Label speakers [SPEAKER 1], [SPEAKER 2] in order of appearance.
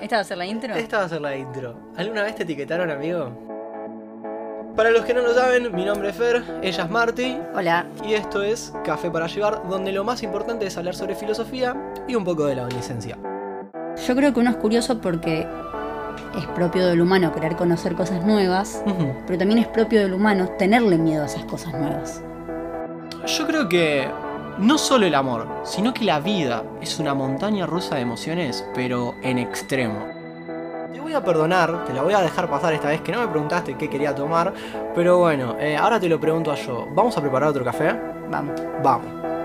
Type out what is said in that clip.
[SPEAKER 1] ¿Esta va a ser la intro?
[SPEAKER 2] Esta va a ser la intro. ¿Alguna vez te etiquetaron, amigo? Para los que no lo saben, mi nombre es Fer, ella es Marty
[SPEAKER 1] Hola.
[SPEAKER 2] y esto es Café para Llevar, donde lo más importante es hablar sobre filosofía y un poco de la adolescencia.
[SPEAKER 1] Yo creo que uno es curioso porque es propio del humano querer conocer cosas nuevas,
[SPEAKER 2] Ujú.
[SPEAKER 1] pero también es propio del humano tenerle miedo a esas cosas nuevas.
[SPEAKER 2] Yo creo que no solo el amor, sino que la vida es una montaña rusa de emociones, pero en extremo. Te voy a perdonar, te la voy a dejar pasar esta vez que no me preguntaste qué quería tomar, pero bueno, eh, ahora te lo pregunto a yo. ¿Vamos a preparar otro café?
[SPEAKER 1] Vamos.
[SPEAKER 2] Vamos.